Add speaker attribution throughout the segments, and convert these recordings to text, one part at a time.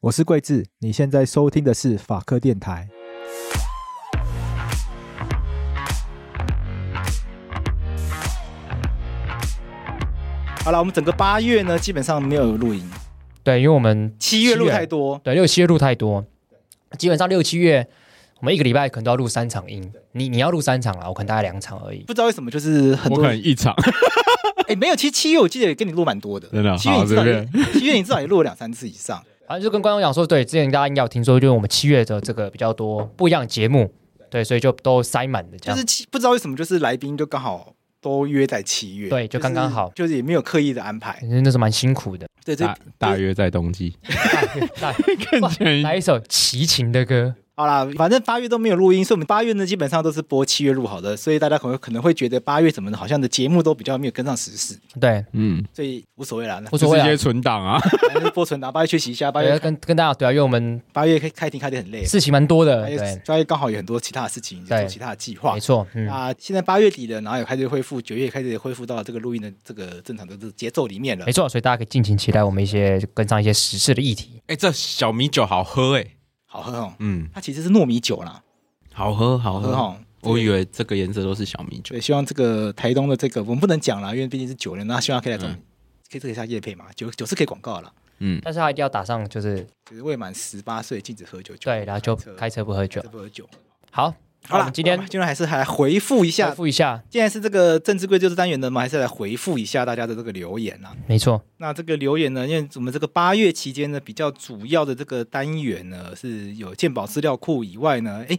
Speaker 1: 我是桂智，你现在收听的是法科电台。好了，我们整个八月呢，基本上没有录音，
Speaker 2: 对，因为我们
Speaker 1: 七月录太多，
Speaker 2: 对六七月录太多，基本上六七月我们一个礼拜可能都要录三场音。你你要录三场啦，我可能大概两场而已。
Speaker 1: 不知道为什么就是很
Speaker 3: 我
Speaker 1: 多
Speaker 3: 可能一场，
Speaker 1: 哎，没有，其实七月我记得也跟你录蛮多的，
Speaker 3: 真的
Speaker 1: 七月
Speaker 3: 好
Speaker 1: 你至少
Speaker 3: 对
Speaker 1: 也七月你至少也录了两三次以上。
Speaker 2: 反正就跟观众讲说，对，之前大家应该有听说，就是我们七月的这个比较多不一样的节目，对，所以就都塞满了这
Speaker 1: 就
Speaker 2: 样。
Speaker 1: 是七不知道为什么，就是来宾就刚好都约在七月，
Speaker 2: 对就刚刚好嗯啊
Speaker 1: 就是，就是也没有刻意的安排。
Speaker 2: 哎那时候蛮 辛苦的，
Speaker 1: 对，这
Speaker 3: 大大约在冬季。
Speaker 2: 来
Speaker 3: 前
Speaker 2: 来一首齐秦的歌，
Speaker 1: 好啦，反正八月都没有录音，所以我们八月呢基本上都是播七月录好的，所以大家可能可能会觉得八月怎么好像的节目都比较没有跟上时事，
Speaker 2: 对，
Speaker 3: 嗯，
Speaker 1: 所以无所谓啦，
Speaker 2: 无
Speaker 3: 就
Speaker 2: 所谓
Speaker 3: 是一
Speaker 2: 啊
Speaker 3: 些。存档啊，
Speaker 1: 反正就播存档，八月休息一下，八
Speaker 2: 对，要
Speaker 1: 月
Speaker 2: 跟跟大家对啊，因为我们
Speaker 1: 八月开开庭开的很累，啊
Speaker 2: 事情蛮多的，
Speaker 1: 八月
Speaker 2: 对，
Speaker 1: 八月刚好有很多其他的事情，就
Speaker 2: 对
Speaker 1: 做其他的计划
Speaker 2: 没。错，嗯，
Speaker 1: 啊，现在八月底了，然后也开始恢复，九月开始恢复到这个录音的这个正常的这个节奏里面了
Speaker 2: 没。错，所以大家可以尽情期待我们一些跟上一些时事的议题。
Speaker 3: 哎，这小米酒好喝哎，
Speaker 1: 好喝哦，
Speaker 3: 嗯，
Speaker 1: 它其实是糯米酒啦，
Speaker 3: 好喝好
Speaker 1: 好喝
Speaker 3: 喝，
Speaker 1: 哦。
Speaker 3: 我以为这个颜色都是小米酒，
Speaker 1: 所以希望这个台东的这个我们不能讲啦，因为毕竟是酒人，那希望可以来找你，
Speaker 3: 嗯
Speaker 1: 可以这个下夜配嘛，酒酒是可以广告啦，
Speaker 3: 嗯，
Speaker 2: 但是他一定要打上就是
Speaker 1: 就是未满十八岁禁止喝酒，
Speaker 2: 对，然后就开车不喝酒
Speaker 1: 这。不喝酒。
Speaker 2: 好，那
Speaker 1: 好
Speaker 2: 我
Speaker 1: 啦，
Speaker 2: 们今
Speaker 1: 我
Speaker 2: 天
Speaker 1: 们今天还是还来回复一
Speaker 2: 回
Speaker 1: 下，
Speaker 2: 复一下，
Speaker 1: 既然是这个政治归就是单元的嘛，还是来回复一下大家的这个留言啊。
Speaker 2: 没错，
Speaker 1: 那这个留言呢，因为我们这个八月期间呢，比较主要的这个单元呢是有鉴宝资料库以外呢，诶，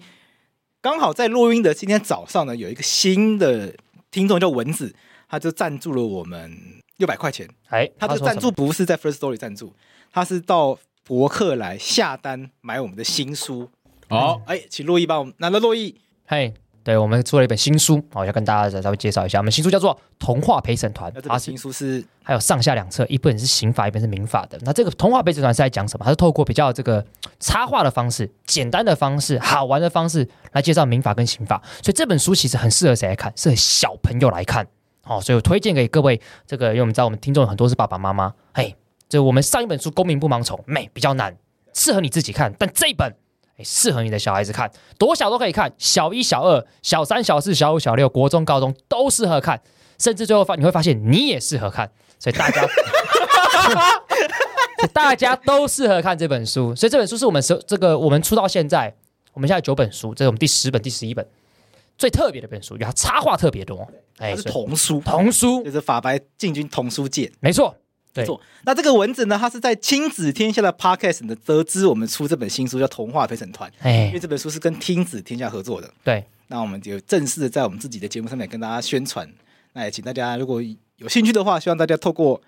Speaker 1: 刚好在录音的今天早上呢，有一个新的听众叫蚊子，他就赞助了我们六百块钱。
Speaker 2: 哎，
Speaker 1: 他这个
Speaker 2: 说什
Speaker 1: 赞
Speaker 2: 么
Speaker 1: 助不是在 First Story 赞助，他是到博客来下单买我们的新书。
Speaker 3: 哦，
Speaker 1: 哎，请洛毅帮我们拿到洛毅，
Speaker 2: 嘿，对，我们出了一本新书，好，要跟大家稍微介绍一下。我们新书叫做《童话陪审团
Speaker 1: 那》，这
Speaker 2: 它
Speaker 1: 本
Speaker 2: 是
Speaker 1: 新书是
Speaker 2: 还有上下两册，一本是刑法，一本是民法的。那这个童话陪审团是在讲什么？它是透过比较这个插画的方式、简单的方式、好玩的方式来介绍民法跟刑法。所以这本书其实很适合谁来看？适合小朋友来看。哦，所以我推荐给各位这个，因为我们知道我们听众有很多是爸爸妈妈，嘿，就我们上一本书《公民不盲从》，妹比较难，适合你自己看，但这一本。哎适合你的小孩子看，多小都可以看，小一、小二、小三、小四、小五、小六、国中、高中都适合看，甚至最后发你会发现你也适合看，所以大家， 所以大家都适合看这本书。所以这本书是我们这个我们出到现在，我们现在有九本书，这是我们第十本、第十一本最特别的一本书，因为它插画特别多。哎，
Speaker 1: 它是
Speaker 2: 所以
Speaker 1: 童书，
Speaker 2: 童书
Speaker 1: 就，是法白进军童书界。
Speaker 2: 没错，对
Speaker 1: 没错，那这个蚊子呢，它是在亲子天下的 Podcast 呢得知我们出这本新书叫《童话陪审团》，因
Speaker 2: 哎
Speaker 1: 为，这本书是跟亲子天下合作的。
Speaker 2: 对，
Speaker 1: 那我们就正式的在我们自己的节目上面跟大家宣传。那也请大家如果有兴趣的话，希望大家透过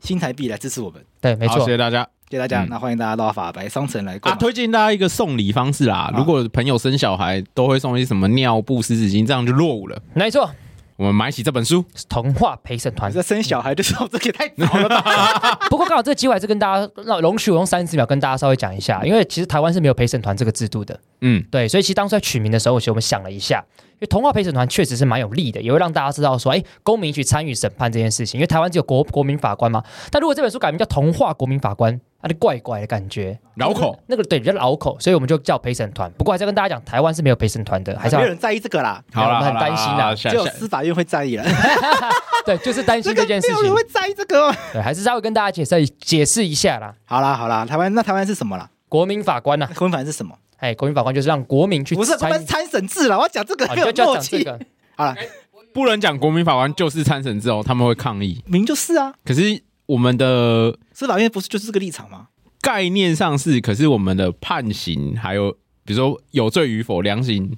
Speaker 1: 新台币来支持我们。
Speaker 2: 对，没
Speaker 3: 好，
Speaker 2: 错
Speaker 3: 谢，谢大家
Speaker 1: 谢谢大家，
Speaker 3: 嗯
Speaker 1: 那欢迎大家到法白商城来购
Speaker 3: 啊！
Speaker 1: 买。
Speaker 3: 推荐大家一个送礼方式啦，
Speaker 1: 啊
Speaker 3: 如果朋友生小孩，都会送一些什么尿布、湿纸巾，这样就落伍了。
Speaker 2: 没错，
Speaker 3: 我们买起这本书，
Speaker 2: 童话陪审团
Speaker 1: 你。在生小孩的时候，这个也太早了吧？
Speaker 2: 不过刚好这个机会还是跟大家让容许我用三十秒跟大家稍微讲一下，因为其实台湾是没有陪审团这个制度的，
Speaker 3: 嗯，
Speaker 2: 对，所以其实当初在取名的时候，其实我们想了一下，因为童话陪审团确实是蛮有利的，也会让大家知道说，哎，公民去参与审判这件事情，因为台湾只有国国民法官嘛。但如果这本书改名叫《童话国民法官》，它就怪怪的感觉，
Speaker 3: 绕口，
Speaker 2: 那个对比较老口，所以我们就叫陪审团。不过还是要跟大家讲，台湾是没有陪审团的， 还是
Speaker 1: 没
Speaker 2: 要
Speaker 1: 有人在意这个啦，
Speaker 3: 好啦，
Speaker 2: 我们很
Speaker 3: 好啦
Speaker 2: 担心啊
Speaker 3: 好啦下
Speaker 1: 只有
Speaker 3: 下
Speaker 1: 司法院会在意了。
Speaker 2: 对， 就是担心这件事
Speaker 1: 没有人
Speaker 2: 情，
Speaker 1: 会在意这个哦。
Speaker 2: 对，还是稍微跟大家解释解释一下啦。
Speaker 1: 好啦好啦，台湾那台湾是什么啦？
Speaker 2: 国民法官呐、
Speaker 1: 婚反是什么？
Speaker 2: 哎，国民法官就是让国民去
Speaker 1: 不是，我
Speaker 2: 参
Speaker 1: 们
Speaker 2: 与，
Speaker 1: 参审制啦。我要讲这个
Speaker 2: 哦
Speaker 1: 没
Speaker 2: 你
Speaker 1: 有
Speaker 2: 就就要
Speaker 1: 默
Speaker 2: 讲这
Speaker 1: 契。
Speaker 2: 个，
Speaker 1: 好啦，
Speaker 3: 不能讲国民法官就是参审制哦，他们会抗议。
Speaker 1: 明就是啊，
Speaker 3: 可是我们的
Speaker 1: 司法院不是就是这个立场吗？
Speaker 3: 概念上是，可是我们的判刑还有，比如说有罪与否、量刑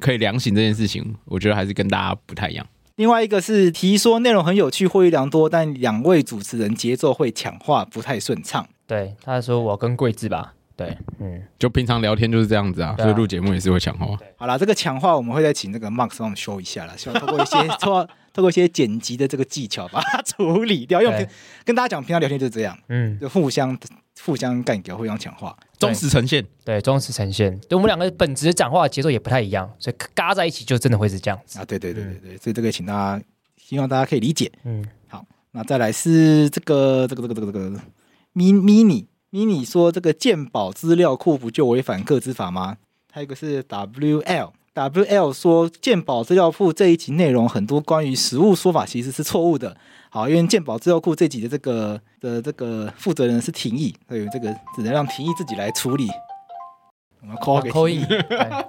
Speaker 3: 可以量刑这件事情，我觉得还是跟大家不太一样。
Speaker 1: 另外一个是提说内容很有趣，获益良多，但两位主持人节奏会抢话，不太顺畅。
Speaker 2: 对，他说我跟桂枝吧，对，嗯，
Speaker 3: 就平常聊天就是这样子啊，
Speaker 2: 对啊
Speaker 3: 所以录节目也是会讲话。
Speaker 1: 好啦，这个抢话我们会再请这个 Max 帮我们修一下啦，希望通过一些 透透过一些剪辑的这个技巧把它处理掉。因为我们
Speaker 2: 对
Speaker 1: 平跟大家讲，平常聊天就是这样，
Speaker 2: 嗯，
Speaker 1: 就互相互相干掉，互相抢话。
Speaker 3: 忠实呈现，
Speaker 2: 对，忠实呈现。对我们两个本质讲话的节奏也不太一样，所以嘎在一起就真的会是这样子。
Speaker 1: 啊，对对对对对，所以这个请大家，希望大家可以理解。
Speaker 2: 嗯，
Speaker 1: 那再来是这个这个这个这个这个 mini mini 你你说这个鉴宝资料库不就违反个资法吗？还有一个是 WL。WL 说，鉴宝资料库这一集内容很多关于实物说法其实是错误的。好，因为鉴宝资料库这集的这个的这个负责人是廷义，所以这个只能让廷义自己来处理。我们 call 给
Speaker 2: 啊扣
Speaker 1: 廷
Speaker 2: 印
Speaker 1: 义，，
Speaker 2: 哎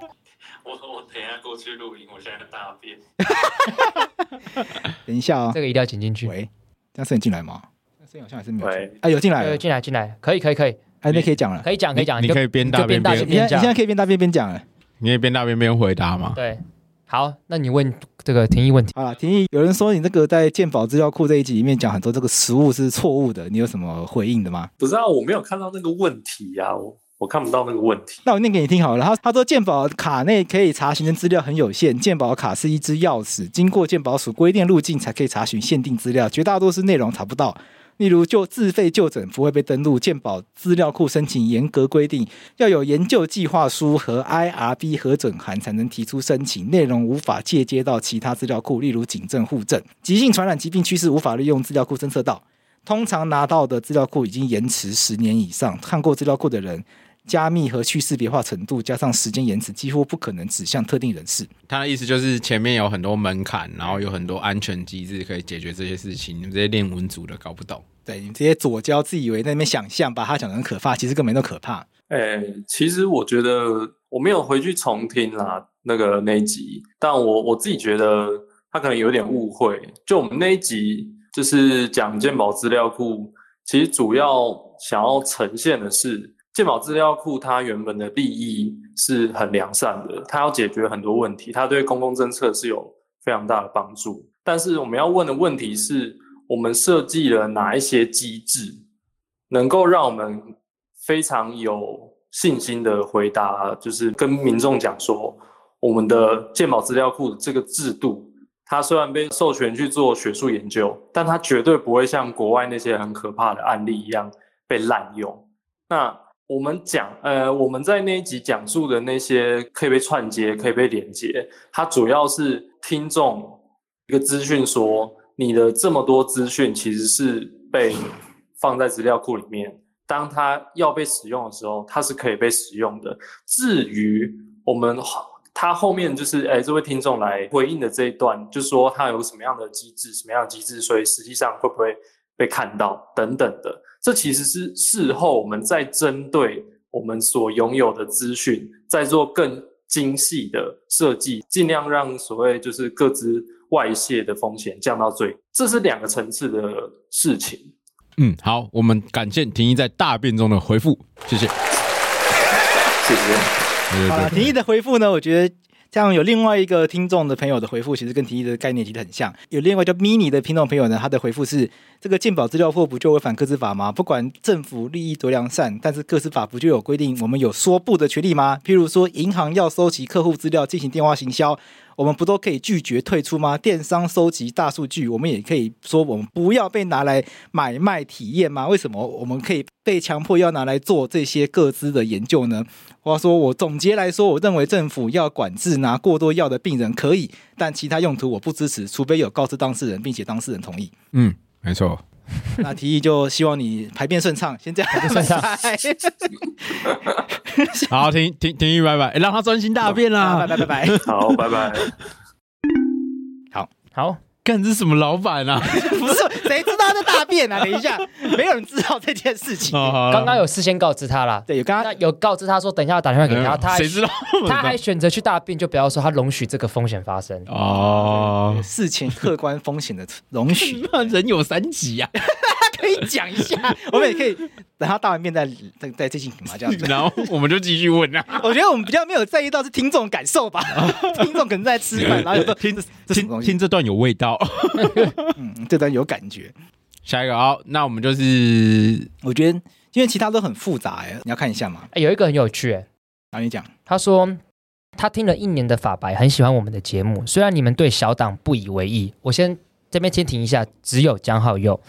Speaker 4: 我我等一下过去录音，我现在大便。
Speaker 1: 等一下哦
Speaker 2: 这。个一定要剪进去。
Speaker 1: 喂，这样声音进来吗？这样声音好像还是没有进来
Speaker 4: 喂。
Speaker 1: 啊，有进来了
Speaker 2: 呃，，进来进来，可以可以可以
Speaker 1: 哎，那可以讲了。
Speaker 2: 可以讲可以讲，
Speaker 3: 你
Speaker 2: 就
Speaker 3: 可以边大
Speaker 2: 就边
Speaker 3: 边
Speaker 2: 大
Speaker 3: 边
Speaker 2: 就
Speaker 1: 你现在
Speaker 2: 边
Speaker 1: 你现
Speaker 2: 讲。
Speaker 1: 在可以边大便边讲了。
Speaker 3: 你也边大边边回答嘛。
Speaker 2: 对，好，那你问这个廷议问题，
Speaker 1: 好了，廷义，有人说你这个在鉴宝资料库这一集里面讲很多这个实物是错误的，你有什么回应的吗？
Speaker 4: 不知道、我没有看到那个问题呀、我我看不到那个问题。
Speaker 1: 那我念给你听好了。然后他说，鉴宝卡内可以查询的资料很有限，鉴宝卡是一支钥匙，经过鉴宝署规定路径才可以查询限定资料，绝大多数内容查不到。例如，就自费就诊不会被登录，鉴宝资料库申请严格规定，要有研究计划书和 IRB 核准函才能提出申请，内容无法借接到其他资料库，例如警政、户政。急性传染疾病趋势无法利用资料库侦测到，通常拿到的资料库已经延迟十年以上，看过资料库的人。加密和去识别化程度，加上时间延迟，几乎不可能指向特定人士。
Speaker 3: 他的意思就是前面有很多门槛，然后有很多安全机制可以解决这些事情。你们这些练文组的搞不懂，
Speaker 1: 对你们这些左交自以为在那边想象，把它讲得很可怕，其实根本都可怕。
Speaker 4: 哎，其实我觉得我没有回去重听啦，那个那一集，但我我自己觉得他可能有点误会。就我们那一集就是讲鉴宝资料库，其实主要想要呈现的是鉴宝资料库它原本的利益是很良善的，它要解决很多问题，它对公共政策是有非常大的帮助。但是我们要问的问题是，我们设计了哪一些机制，能够让我们非常有信心的回答，就是跟民众讲说，我们的健保资料库这个制度，它虽然被授权去做学术研究，但它绝对不会像国外那些很可怕的案例一样被滥用。那我们讲，呃，我们在那一集讲述的那些可以被串接、可以被连接，它主要是听众一个资讯说，你的这么多资讯其实是被放在资料库里面，当它要被使用的时候，它是可以被使用的。至于我们后它后面就是，哎，这位听众来回应的这一段，就说它有什么样的机制，什么样的机制，所以实际上会不会被看到等等的，这其实是事后我们再针对我们所拥有的资讯，再做更精细的设计，尽量让所谓就是各自外泄的风险降到最，这是两个层次的事情。
Speaker 3: 嗯，好，我们感谢婷一在大便中的回复，谢谢。
Speaker 4: 谢谢。
Speaker 3: 对
Speaker 1: 好了，
Speaker 3: 对
Speaker 1: 廷义的回复呢？我觉得这样有另外一个听众的朋友的回复，其实跟廷义的概念其实很像。有另外叫 mini 的听众朋友呢，他的回复是：这个鉴宝资料库不就违反各自法吗？不管政府利益多良善，但是各自法不就有规定，我们有说不的权利吗？譬如说，银行要收集客户资料进行电话行销。我们不都可以拒绝退出吗？电商收集大数据，我们也可以说我们不要被拿来买卖体验吗？为什么我们可以被强迫要拿来做这些各自的研究呢？我要说，我总结来说，我认为政府要管制拿过多药的病人可以，但其他用途我不支持，除非有告知当事人，并且当事人同意。
Speaker 3: 嗯，没错。
Speaker 1: 那提议就希望你排便顺畅，先这样顺畅。
Speaker 3: 好，婷婷婷一拜拜，哎诶让他专心大 便
Speaker 1: 拜
Speaker 3: 啦。
Speaker 1: 拜拜拜，
Speaker 4: 好，拜拜。
Speaker 2: 好，
Speaker 3: 干，这是什么老板 啊？
Speaker 1: 不是谁知道这大便啊？等一下，没有人知道这件事情。
Speaker 3: 哦，好啦
Speaker 2: 刚刚有事先告知他啦，
Speaker 1: 对，有刚
Speaker 2: 那
Speaker 1: 刚
Speaker 2: 有告知他说等一下要打电话给他，他还
Speaker 3: 哎谁知道？
Speaker 2: 他 还选择去大便，就不要说他容许这个风险发生。
Speaker 3: 哦，
Speaker 1: 事前客观风险的容许，
Speaker 3: 那人有三级
Speaker 2: 啊
Speaker 3: 呀，
Speaker 1: 可以讲一下，我们也可以等他大完便再再再进行嘛，这样子。
Speaker 3: 然后我们就继续问啊。
Speaker 1: 我觉得我们比较没有在意到是听众感受吧，听众可能在吃饭，然后有时候
Speaker 3: 听
Speaker 1: 这什么
Speaker 3: 听
Speaker 1: 东西
Speaker 3: 听这段有味道。
Speaker 1: 嗯，这段有感觉。
Speaker 3: 下一个，好，那我们就是
Speaker 1: 我觉得因为其他都很复杂哎，你要看一下嘛。
Speaker 2: 哎有一个很有趣、哎
Speaker 1: 然后你讲，
Speaker 2: 他说他听了一年的法白，很喜欢我们的节目。虽然你们对小党不以为意，我先这边先停一下，只有江浩 佑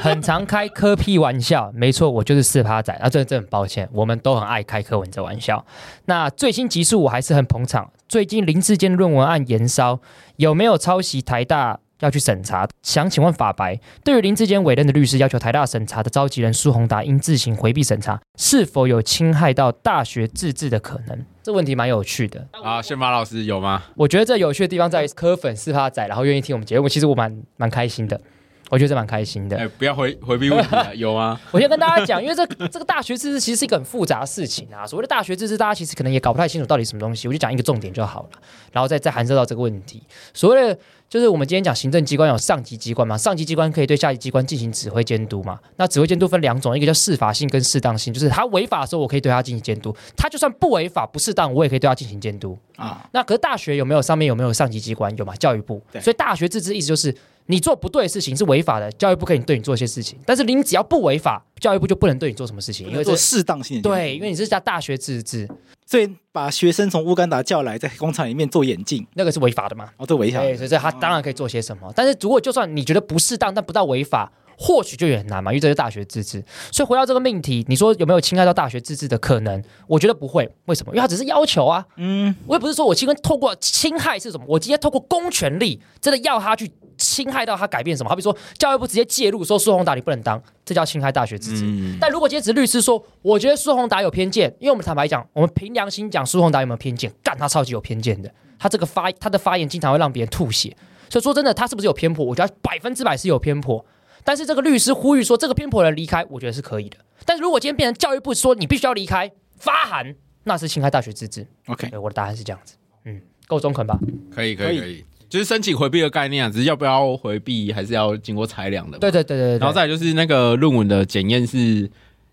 Speaker 2: 很常开科批玩笑，没错，我就是四趴仔啊，这这很抱歉，我们都很爱开柯文哲玩笑。那最新集数我还是很捧场，最近林志坚论文案延烧，有没有抄袭台大要去审查。想请问法白，对于林志坚委任的律师要求台大审查的召集人苏宏达应自行回避审查，是否有侵害到大学自治的可能？这问题蛮有趣的。
Speaker 3: 啊，宪法老师有吗？
Speaker 2: 我觉得这有趣的地方在于科粉四趴仔，然后愿意听我们节目，其实我蛮蛮开心的。我觉得这蛮开心的
Speaker 3: 哎、。不要回回避问 题啊，有吗？
Speaker 2: 我先跟大家讲，因为这这个大学自治其实是一个很复杂的事情啊。所谓的大学自治，大家其实可能也搞不太清楚到底什么东西，我就讲一个重点就好了，然后再再含涉到这个问题。所谓的就是我们今天讲行政机关有上级机关嘛，上级机关可以对下级机关进行指挥监督嘛。那指挥监督分两种，一个叫适法性跟适当性，就是他违法的时候我可以对他进行监督，他就算不违法不适当，我也可以对他进行监督。
Speaker 1: 啊，
Speaker 2: 那可是大学有没有上面有没有上级机关？有嘛？教育部
Speaker 1: 对。
Speaker 2: 所以大学自治意思就是你做不对的事情是违法的，教育部可以对你做一些事情，但是你只要不违法，教育部就不能对你做什么事情，因为这
Speaker 1: 做适当性的
Speaker 2: 对，因
Speaker 1: 监
Speaker 2: 为
Speaker 1: 督
Speaker 2: 你是在大学自治，
Speaker 1: 所以把学生从乌干达叫来，在工厂里面做眼镜，
Speaker 2: 那个是违法的嘛。
Speaker 1: 哦，这违法。
Speaker 2: 对，所以这他当然可以做些什么。但是如果就算你觉得不适当，但不到违法，或许就也很难嘛，因为这是大学自治。所以回到这个命题，你说有没有侵害到大学自治的可能？我觉得不会，为什么？因为他只是要求啊。
Speaker 1: 嗯，
Speaker 2: 我也不是说我今天透过侵害是什么，我今天透过公权力真的要他去侵害到他改变什么。好比说教育部直接介入说苏宏达你不能当，这叫侵害大学自治。
Speaker 3: 嗯，
Speaker 2: 但如果今天只是律师说，我觉得苏宏达有偏见，因为我们坦白讲，我们凭良心讲，苏宏达有没有偏见？干他超级有偏见的，他这个发他的发言经常会让别人吐血。所以说真的，他是不是有偏颇？我觉得百分之百是有偏颇。但是这个律师呼吁说，这个偏颇的人离开，我觉得是可以的。但是如果今天变成教育部说你必须要离开，发函，那是侵害大学自治。
Speaker 1: OK，
Speaker 2: 对，我的答案是这样子。嗯，够中肯吧？
Speaker 3: 可以可以
Speaker 1: 可以
Speaker 3: 可以，就是申请回避的概念啊，只是要不要回避，还是要经过裁量的。
Speaker 2: 对，对对对对。
Speaker 3: 然后再来就是那个论文的检验是。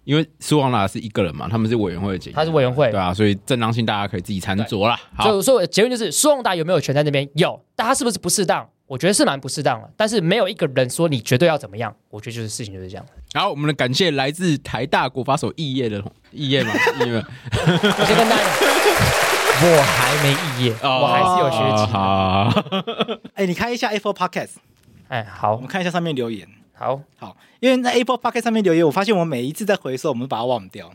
Speaker 3: 因为苏王达是一个人嘛，他们是委员会的检验，
Speaker 2: 他是委员会
Speaker 3: 对啊，所以正当性大家可以自己参酌啦。好，
Speaker 2: 就所以我的结论就是，苏宏达有没有权在那边？有，但他是不是不适当？我觉得是蛮不适当的，但是没有一个人说你绝对要怎么样。我觉得就是事情就是这样。
Speaker 3: 然后我们的感谢来自台大国法所肄业的同肄业 嘛，肄业嘛
Speaker 2: 我先跟大家 讲，我还没毕业，我还是有学
Speaker 3: 哦
Speaker 2: 籍。
Speaker 3: 好，
Speaker 1: 哎，你开一下 Apple Podcast，
Speaker 2: 哎，
Speaker 1: 我
Speaker 2: 好
Speaker 1: 们看一下上面留言。
Speaker 2: 好，
Speaker 1: 好，因为在 Apple Podcast 上面留言，我发现我每一次在回的时候，我们都把它忘掉，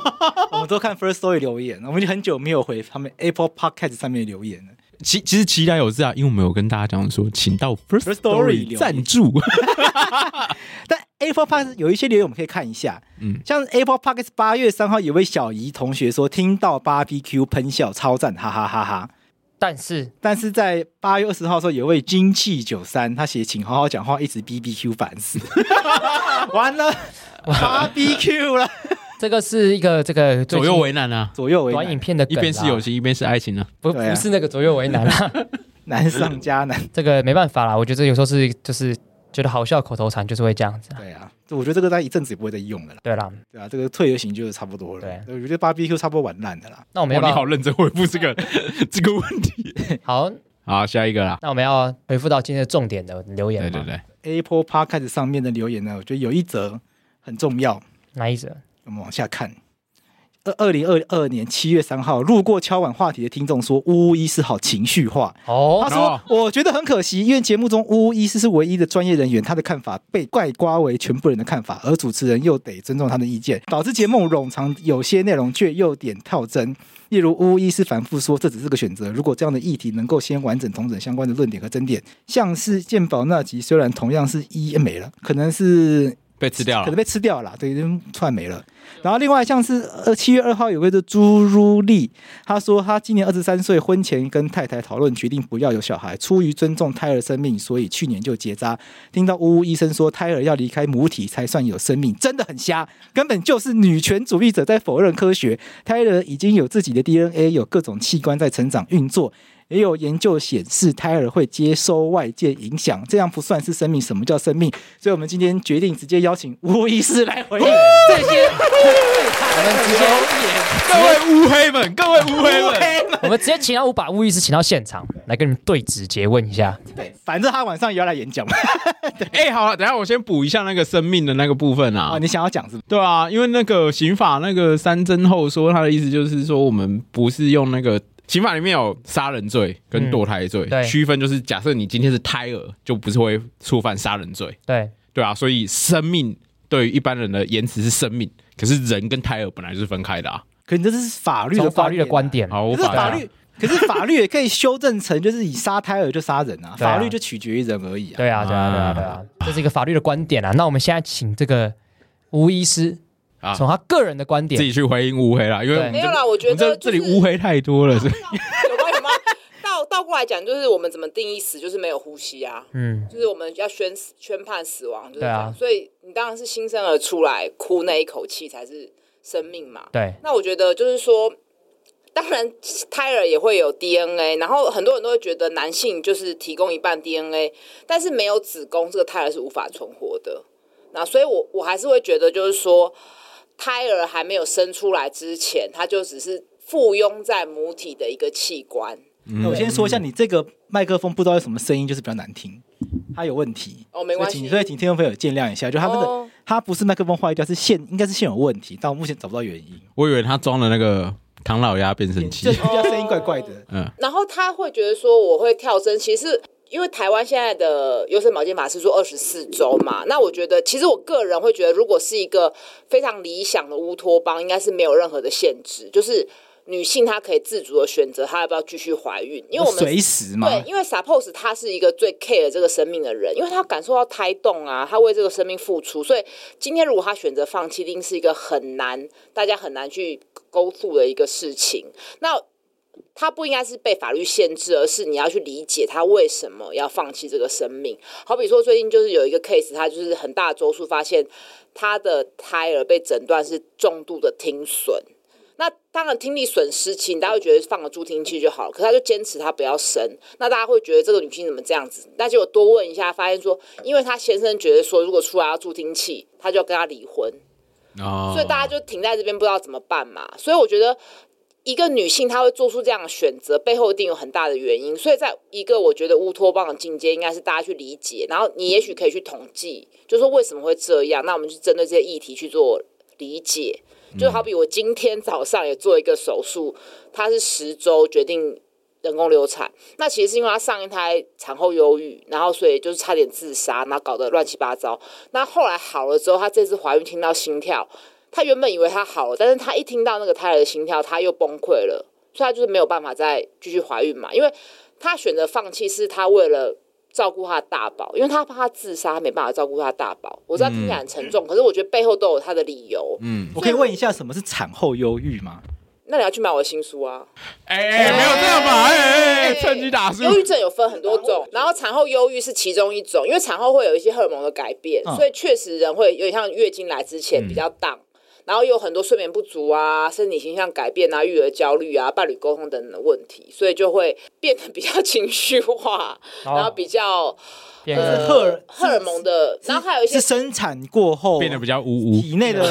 Speaker 1: 我们都看 First Story 留言，我们已经很久没有回他们 Apple Podcast 上面留言了。
Speaker 3: 其其实其来有志啊，因为我们有跟大家讲说，请到 First
Speaker 1: First Story 留
Speaker 3: Story
Speaker 1: 言
Speaker 3: 赞助，
Speaker 1: 但 Apple Podcast 有一些留言我们可以看一下，
Speaker 3: 嗯
Speaker 1: 嗯，像 Apple Podcast 八月三号有位小姨同学说听到 BBQ 喷笑超赞，哈哈哈哈。
Speaker 2: 但是
Speaker 1: 但是在八月二十号的时候，有位精气九三，他写请好好讲话，一直 BBQ 烦 死，完了 BBQ 了，
Speaker 2: 这个是一个这个最
Speaker 3: 左
Speaker 2: 近
Speaker 3: 右为难啊，
Speaker 1: 左右为
Speaker 2: 短影
Speaker 1: 难，
Speaker 2: 片的
Speaker 3: 一
Speaker 2: 梗啦
Speaker 3: 边是友情，一边是爱情啊。
Speaker 2: 不
Speaker 1: 对啊
Speaker 2: 不是那个左右为难啦，
Speaker 1: 难上加难。
Speaker 2: 这个没办法啦。我觉得这有时候是就是觉得好笑口头禅就是会这样子啊。
Speaker 1: 对啊，我觉得这个在一阵子也不会再用了啦。
Speaker 2: 对啦，
Speaker 1: 对啊，这个退流行就是差不多了。
Speaker 2: 对
Speaker 1: 我觉得 BBQ 差不多玩烂的啦。
Speaker 2: 那我们
Speaker 3: 哇，
Speaker 2: 要不
Speaker 3: 你好
Speaker 2: 要
Speaker 3: 认真回复这个 这个问题。
Speaker 2: 好？
Speaker 3: 好，下一个啦。
Speaker 2: 那我们要回复到今天的重点的留言
Speaker 3: 对
Speaker 2: 吗？
Speaker 3: 对对，
Speaker 1: Apple Podcast 上面的留言呢，我觉得有一则很重要，
Speaker 2: 哪一则？
Speaker 1: 我们往下看。二二零二二年七月三号，路过敲碗话题的听众说，呜呜医师好情绪化。
Speaker 2: 哦
Speaker 1: 他，说：“我觉得很可惜，因为节目中呜呜医师是唯一的专业人员，他的看法被怪瓜为全部人的看法，而主持人又得尊重他的意见，导致节目冗长，有些内容却又点跳针。例如，呜呜医师反复说这只是个选择，如果这样的议题能够先完整统整相关的论点和争点，像是鉴宝那集，虽然同样是一、诶没了，可能是
Speaker 3: 被吃掉
Speaker 1: 可能
Speaker 3: 了。
Speaker 1: 被吃掉了啦，对，就突然没了。然后另外像是呃七月二号有位叫朱如丽，她说她今年二十三岁，婚前跟太太讨论决定不要有小孩，出于尊重胎儿生命，所以去年就结扎。听到呜呜医生说胎儿要离开母体才算有生命，真的很瞎，根本就是女权主义者在否认科学。胎儿已经有自己的 DNA，有各种器官在成长运作。也有研究显示，胎儿会接收外界影响，这样不算是生命。什么叫生命？所以我们今天决定直接邀请吴医师来
Speaker 2: 哦
Speaker 1: 回应这些
Speaker 2: 我们直接
Speaker 3: 各位乌黑们，各位乌
Speaker 1: 乌
Speaker 3: 黑们，
Speaker 1: 黑们。
Speaker 2: 我们直接请到五把巫医师请到现场来跟你们对质诘问一下。
Speaker 1: 对，反正他晚上也要来演 讲嘛。
Speaker 3: 哎，好了，等一下我先补一下那个生命的那个部分啊
Speaker 1: 啊，。你想要讲是不是？
Speaker 3: 对啊，因为那个刑法那个三侦后说，他的意思就是说，我们不是用那个刑法里面有杀人罪跟堕胎罪
Speaker 2: 嗯对
Speaker 3: 区、分，就是假设你今天是胎儿，就不是会触犯杀人罪，
Speaker 2: 对，
Speaker 3: 对啊，所以生命对于一般人的言辞是生命，可是人跟胎儿本来就是分开的啊。
Speaker 1: 可你这是法律的
Speaker 2: 从法律的观
Speaker 1: 啊，
Speaker 2: 点，
Speaker 3: 好，我
Speaker 1: 可是
Speaker 3: 把它
Speaker 1: 法律可是法律也可以修正成，就是以杀胎儿就杀人啊，
Speaker 2: 对啊
Speaker 1: 法律就取决于人而已啊。
Speaker 2: 对啊，对啊，对啊，对啊，这是一个法律的观点啊。那我们现在请这个吴医师
Speaker 3: 啊
Speaker 2: 从他个人的观
Speaker 3: 自
Speaker 2: 点，
Speaker 3: 己去回应乌黑啦，因
Speaker 2: 对
Speaker 3: 为我们
Speaker 5: 没
Speaker 3: 这
Speaker 5: 有啦，我
Speaker 3: 我
Speaker 5: 觉
Speaker 3: 们这
Speaker 5: 得
Speaker 3: 这
Speaker 5: 就
Speaker 3: 里
Speaker 5: 是
Speaker 3: 乌黑太多了，所以
Speaker 5: 有吗？有吗？ 倒倒过来讲，就是我们怎么定义死，就是没有呼吸啊，
Speaker 2: 嗯，
Speaker 5: 就是我们要宣死宣判死亡，就是这
Speaker 2: 对
Speaker 5: 样。
Speaker 2: 啊
Speaker 5: 所以你当然是新生儿出来哭那一口气才是生命嘛。
Speaker 2: 对，
Speaker 5: 那我觉得就是说，当然胎儿也会有 DNA，然后很多人都会觉得男性就是提供一半 DNA，但是没有子宫，这个胎儿是无法存活的。那所以我我还是会觉得，就是说，胎儿还没有生出来之前，它就只是附庸在母体的一个器官。
Speaker 1: 那我先说一
Speaker 2: 嗯
Speaker 1: 下，你这个麦克风不知道有什么声音，就是比较难听，它有问题。
Speaker 5: 哦没关
Speaker 1: 所以
Speaker 5: 系
Speaker 1: 请所以请听众朋友见谅一下，就它那个
Speaker 5: 哦
Speaker 1: 它不是麦克风坏掉，是线应该是线有问题，但我目前找不到原因。
Speaker 3: 我以为他装了那个唐老鸭变声器
Speaker 1: 这。比较声音怪怪的，
Speaker 3: 嗯，
Speaker 5: 然后他会觉得说我会跳针，其实因为台湾现在的优生保健法是说二十四周嘛，那我觉得其实我个人会觉得，如果是一个非常理想的乌托邦，应该是没有任何的限制，就是女性她可以自主的选择她要不要继续怀孕，因为我们
Speaker 1: 随时嘛，
Speaker 5: 对，因为 suppose 他是一个最 care 这个生命的人，因为他感受到胎动啊，他为这个生命付出，所以今天如果他选择放弃，一定是一个很难，大家很难去 go through 的一个事情。那他不应该是被法律限制，而是你要去理解他为什么要放弃这个生命。好比说，最近就是有一个 case，他就是很大的周数发现他的胎儿被诊断是重度的听损。那当然听力损失，其实大家会觉得放个助听器就好了，可是他就坚持他不要生，那大家会觉得这个女性怎么这样子？那结果多问一下，发现说，因为她先生觉得说，如果出来要助听器，他就要跟她离婚，
Speaker 3: 哦，
Speaker 5: 所以大家就停在这边不知道怎么办嘛。所以我觉得。一个女性她会做出这样的选择，背后一定有很大的原因。所以，在一个我觉得乌托邦的境界，应该是大家去理解，然后你也许可以去统计，就说为什么会这样。那我们去针对这些议题去做理解。就好比我今天早上也做一个手术，它是十周决定人工流产。那其实是因为她上一胎产后忧郁，然后所以就是差点自杀，然后搞得乱七八糟。那后来好了之后，她这次怀孕听到心跳，她原本以为她好了，但是她一听到那个胎儿的心跳，她又崩溃了，所以她就是没有办法再继续怀孕嘛。因为她选择放弃，是她为了。照顾她的大宝，因为她怕她自杀，她没办法照顾她的大宝。我知道听起来很沉重，可是我觉得背后都有她的理由。
Speaker 3: 嗯，
Speaker 1: 我可以问一下什么是产后忧郁吗？
Speaker 5: 那你要去买我的新书啊。
Speaker 3: 哎、没有这样吧，哎、哎哎趁机打输，
Speaker 5: 忧郁症有分很多种，然后产后忧郁是其中一种，因为产后会有一些荷尔蒙的改变，
Speaker 1: 嗯
Speaker 5: 所以确实人会有点像月经来之
Speaker 3: 嗯
Speaker 5: 前比较荡。然后有很多睡眠不足啊、身体形象改变啊、育儿焦虑啊、伴侣沟通等等的问题，所以就会变得比较 情绪化，
Speaker 3: 哦
Speaker 5: 然后比较呃
Speaker 2: 变
Speaker 1: 是
Speaker 2: 得
Speaker 1: 荷尔
Speaker 5: 荷尔蒙的，然后还有一
Speaker 1: 是
Speaker 5: 些
Speaker 1: 生产过后
Speaker 3: 变得比较呜呜。
Speaker 1: 体 内的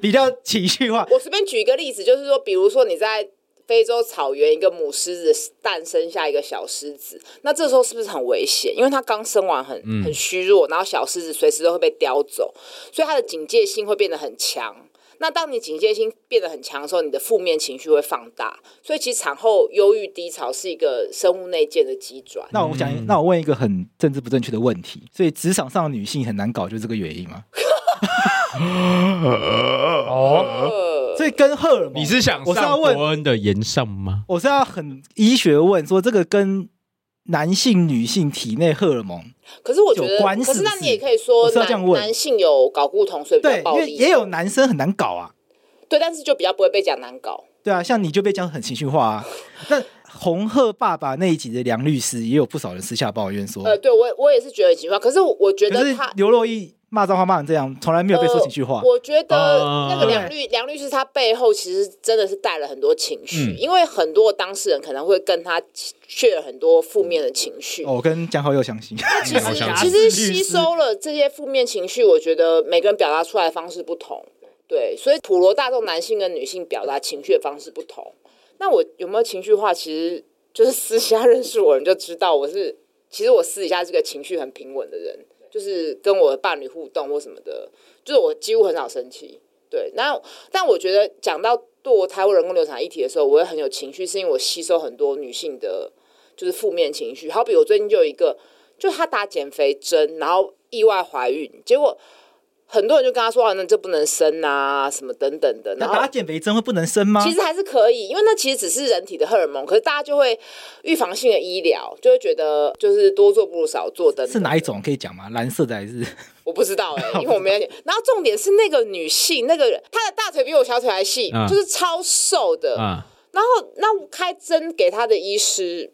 Speaker 1: 比较情绪化，
Speaker 5: 我随便举一个例子，就是说，比如说你在非洲草原，一个母狮子诞生下一个小狮子，那这时候是不是很危险？因为它刚生完很
Speaker 1: 嗯
Speaker 5: 很虚弱，然后小狮子随时都会被叼走，所以它的警戒心会变得很强。那当你警戒心变得很强的时候，你的负面情绪会放大，所以其实产后忧郁低潮是一个生物内建的机转。
Speaker 1: 那我想，
Speaker 3: 嗯
Speaker 1: 那我问一个很政治不正确的问题，所以职场上的女性很难搞，就是这个原因吗？
Speaker 2: 哦，
Speaker 5: 呃，
Speaker 1: 所以跟荷尔蒙，
Speaker 3: 你是想
Speaker 1: 我是要
Speaker 3: 上伯
Speaker 1: 问，
Speaker 3: 恩的岩上吗？
Speaker 1: 我是要很医学问说这个跟男性、女性体内荷尔蒙，
Speaker 5: 可是我觉
Speaker 1: 有
Speaker 5: 得，
Speaker 1: 关
Speaker 5: 可
Speaker 1: 是不
Speaker 5: 是那
Speaker 1: 是
Speaker 5: 你也可以说
Speaker 1: 我是要这样
Speaker 5: 男
Speaker 1: 问
Speaker 5: 男性有睾固酮，所以比
Speaker 1: 对
Speaker 5: 较，
Speaker 1: 因
Speaker 5: 暴
Speaker 1: 为
Speaker 5: 力，
Speaker 1: 也有男生很难搞啊，
Speaker 5: 对，但是就比较不会被讲难搞。
Speaker 1: 对啊，像你就被讲得很情绪化 啊。那红鹤爸爸那一集的梁律师，也有不少人私下抱怨说，
Speaker 5: 呃，对我也我也是觉得很奇怪，可是我我觉
Speaker 1: 哦可
Speaker 5: 得
Speaker 1: 是
Speaker 5: 他
Speaker 1: 刘若毅骂脏话骂成这样，从来没有被说
Speaker 5: 呃
Speaker 1: 情绪化。
Speaker 5: 我觉
Speaker 1: 啊
Speaker 3: 哦
Speaker 5: 得那个梁律、梁律师他背后其实真的是带了很多情绪，
Speaker 3: 嗯
Speaker 5: 因为很多当事人可能会跟他 share 很多负面的情绪。
Speaker 1: 哦我跟江浩又相信，
Speaker 5: 其
Speaker 3: 我
Speaker 5: 实
Speaker 3: 想
Speaker 5: 其
Speaker 1: 律
Speaker 5: 实
Speaker 1: 师
Speaker 5: 吸收了这些负面情绪，我觉得每个人表达出来的方式不同，对，所以普罗大众男性跟女性表达情绪的方式不同。那我有没有情绪化，其实就是私下认识我的人就知道，我是其实我私底下是个情绪很平稳的人，就是跟我的伴侣互动或什么的，就是我几乎很少生气。对，那但我觉得讲到堕胎或人工流产议题的时候，我会很有情绪，是因为我吸收很多女性的就是负面情绪。好比我最近就有一个，就她打减肥针，然后意外怀孕，结果很多人就跟他说啊，那这不能生啊，什么等等的。
Speaker 1: 那
Speaker 5: 然后
Speaker 1: 打减肥针会啊不能生吗？
Speaker 5: 其实还是可以，因为那其实只是人体的荷尔蒙，可是大家就会预防性的医疗，就会觉得就是多做不如少做等等。
Speaker 1: 是哪一？种可以讲吗？蓝色的还是？
Speaker 5: 我不知道哎、因 为我没了解。然后重点是那个女性，那个人她的大腿比我小腿还细，
Speaker 3: 嗯
Speaker 5: 就是超瘦的。
Speaker 3: 啊，
Speaker 5: 然后那开针给她的医师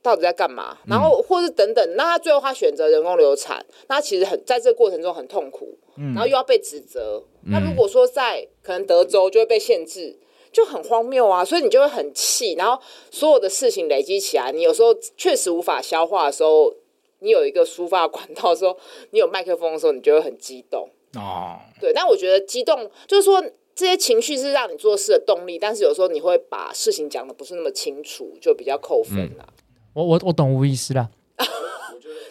Speaker 5: 到底在干嘛？然后或是等等，那她最后她选择人工流产，那她其实很在这个过程中很痛苦，然后又要被指责。那如果说在可能德州就会被限制。就很荒谬啊，所以你就会很气，然后所有的事情累积起来，你有时候确实无法消化的时候，你有一个抒发管道的时候，你有麦克风的时候，你就会很激动。
Speaker 1: 哦，
Speaker 5: 对，但我觉得激动就是说这些情绪是让你做事的动力，但是有时候你会把事情讲的不是那么清楚，就比较扣分
Speaker 2: 嗯
Speaker 5: 啦。
Speaker 2: 我我我懂吴医师啦，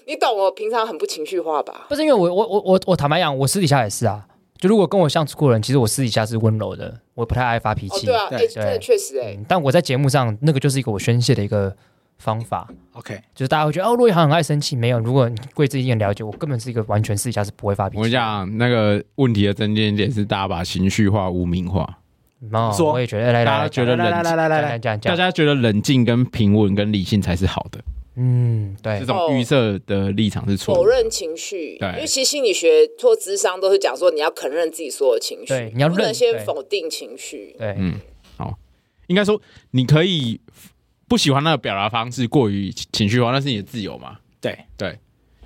Speaker 5: 你懂我平常很不情绪化吧？
Speaker 2: 不是因为我我我我我坦白讲，我私底下也是啊。就如果跟我相处过的人，其实我私底下是温柔的，我不太爱发脾
Speaker 5: 哦，
Speaker 2: 气。
Speaker 5: 对啊，哎、
Speaker 1: 对
Speaker 5: 真的确实哎、
Speaker 2: 嗯但我在节目上，那个就是一个我宣泄的一个方法。
Speaker 1: OK，
Speaker 2: 就是大家会觉得哦，陆一航很爱生气，没有。如果你对自己很了解，我根本是一个完全私底下是不会发脾
Speaker 3: 我跟
Speaker 2: 气
Speaker 3: 你
Speaker 2: 的。
Speaker 3: 讲，那个问题的症结点是大家把情绪化、污名化，
Speaker 2: 哦，
Speaker 1: 说
Speaker 2: 我也觉得，来来
Speaker 3: 大
Speaker 2: 来
Speaker 3: 家
Speaker 2: 来，
Speaker 3: 觉得
Speaker 1: 来来
Speaker 3: 冷
Speaker 1: 来来来来，
Speaker 2: 这样这
Speaker 3: 大
Speaker 2: 样，
Speaker 3: 家觉得冷静、跟平稳、跟理性才是好的，
Speaker 2: 嗯，对
Speaker 3: 这，种预设的立场是错
Speaker 5: 否
Speaker 3: 的。
Speaker 5: 认情绪，
Speaker 3: 对
Speaker 5: 因为其实心理学做智商都是讲说你要肯认自己所有情绪
Speaker 2: 对，你要
Speaker 5: 不能
Speaker 2: 认
Speaker 5: 先
Speaker 2: 对
Speaker 5: 否定情绪。
Speaker 2: 对，
Speaker 3: 嗯应该说，你可以不喜欢那个表达方式过于情绪化，那是你的自由嘛。
Speaker 1: 对，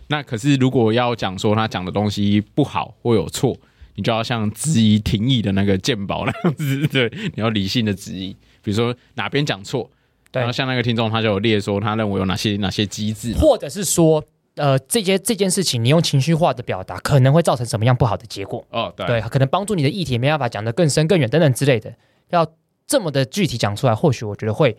Speaker 3: 那可是如果要讲说他讲的东西不好或有错，你就要像质疑庭议的那个鉴宝那样子，对，你要理性的质疑，比如说哪边讲错，
Speaker 2: 对
Speaker 3: 然后像那个听众他就有列说他认为有哪些哪些机制嘛，
Speaker 2: 或者是说，呃，这些这件事情，你用情绪化的表达，可能会造成什么样不好的结果？
Speaker 3: 哦，对，
Speaker 2: 对，可能帮助你的议题没办法讲得更深更远等等之类的，要这么的具体讲出来，或许我觉得会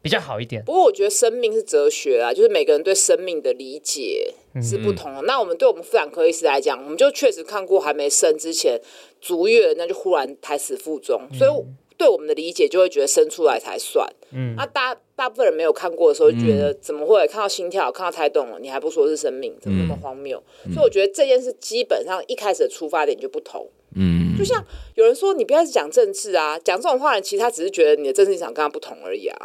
Speaker 2: 比较好一点。
Speaker 5: 不过我觉得生命是哲学啊，就是每个人对生命的理解是不同的。那我们对我们妇产科医师来讲，我们就确实看过还没生之前足月，那就忽然胎死腹中，所以对我们的理解就会觉得生出来才算。
Speaker 2: 嗯
Speaker 3: 啊
Speaker 5: 那大大部分人没有看过的时候，就觉得怎么会看到心跳、看到胎动了，你还不说是生命，怎么那么荒谬？所以我觉得这件事基本上一开始的出发点就不同。
Speaker 3: 嗯，
Speaker 5: 就像有人说你不要一直讲政治啊，讲这种话的人，其实他只是觉得你的政治立场跟他不同而已啊。